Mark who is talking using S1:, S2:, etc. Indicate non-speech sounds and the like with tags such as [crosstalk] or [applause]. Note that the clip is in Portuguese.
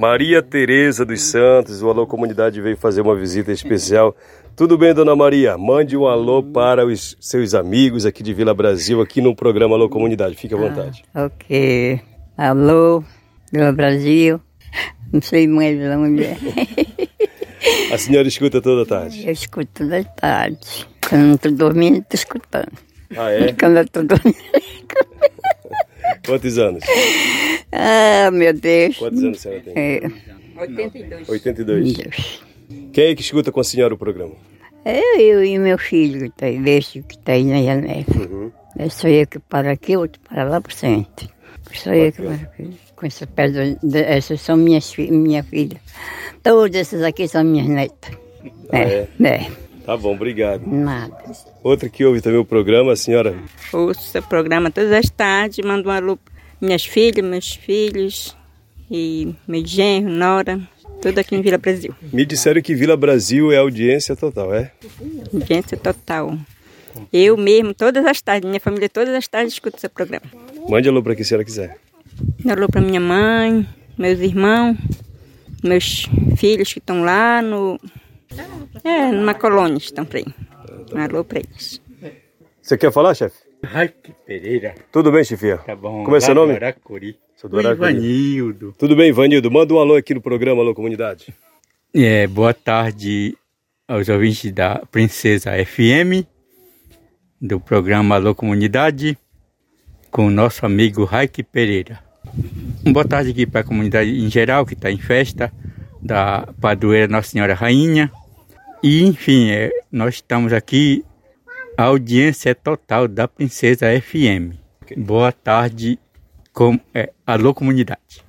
S1: Maria Tereza dos Santos, o Alô Comunidade veio fazer uma visita especial. Tudo bem, dona Maria? Mande um alô para os seus amigos aqui de Vila Brasil, aqui no programa Alô Comunidade. Fique à vontade.
S2: Ok. Alô, Vila Brasil. Não sei mais de onde é.
S1: [laughs] A senhora escuta toda tarde.
S2: Eu escuto da tarde. Quando eu não estou dormindo, estou escutando.
S1: Ah, é?
S2: [laughs] Quando eu estou dormindo.
S1: [laughs] Quantos anos?
S2: ah, meu Deus.
S1: Quantos anos a senhora tem?
S2: É,
S1: 82.
S2: Deus.
S1: Quem é que escuta com a senhora o programa?
S2: É eu e meu filho que tá aí, desse que tá aí na janela.
S1: Uhum.
S2: É só eu que para aqui, outro para lá pro centro. Só eu que para aqui. Com essas pedras, de- essas são minhas fi- minha filha. Todas essas aqui são minhas netas.
S1: Ah, é?
S2: É,
S1: Tá bom, obrigado.
S2: nada.
S1: Outra que ouve também o programa, a senhora.
S3: Ouço seu programa todas as tardes, mando um alô pra minhas filhas, meus filhos e meu genro, Nora, tudo aqui em Vila Brasil.
S1: Me disseram que Vila Brasil é audiência total, é?
S3: Audiência total. Eu mesmo, todas as tardes, minha família todas as tardes escuta seu programa.
S1: Mande alô para quem a senhora quiser.
S3: Dou alô pra minha mãe, meus irmãos, meus filhos que estão lá no. É, numa colônia estão pra aí. Um alô pra eles.
S1: Você quer falar, chefe?
S4: Raik Pereira,
S1: Tudo bem, chefia?
S4: tá bom.
S1: Como é seu
S4: lá do
S1: nome?
S4: Aracuri.
S1: Sou do
S4: Do
S1: Aracuri.
S4: Ivanildo.
S1: Tudo bem, Ivanildo? Manda um alô aqui no programa Alô Comunidade.
S4: É, boa tarde aos ouvintes da Princesa FM, do programa Alô Comunidade, com o nosso amigo Raik Pereira. Uma boa tarde aqui para a comunidade em geral, que está em festa, da padroeira Nossa Senhora Rainha. E, enfim, é, nós estamos aqui, a audiência é total da Princesa FM. Boa tarde, com, é, Alô Comunidade.